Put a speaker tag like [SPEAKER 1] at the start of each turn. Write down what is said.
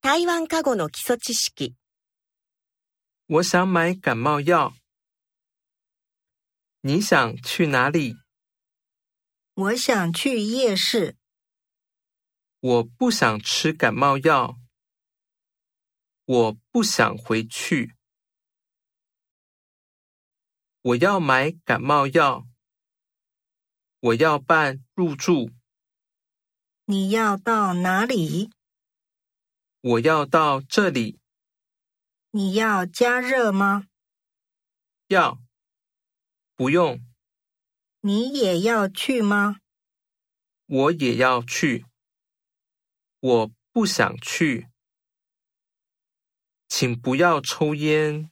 [SPEAKER 1] 台湾カゴの基礎知識。
[SPEAKER 2] 我想买感冒药。你想去哪里？
[SPEAKER 3] 我想去夜市，
[SPEAKER 2] 我不想吃感冒药。我不想回去。我要买感冒药。我要办入住。
[SPEAKER 3] 你要到哪里？
[SPEAKER 2] 我要到这里。
[SPEAKER 3] 你要加热吗？
[SPEAKER 2] 要。不用，
[SPEAKER 3] 你也要去吗？
[SPEAKER 2] 我也要去。我不想去。请不要抽烟。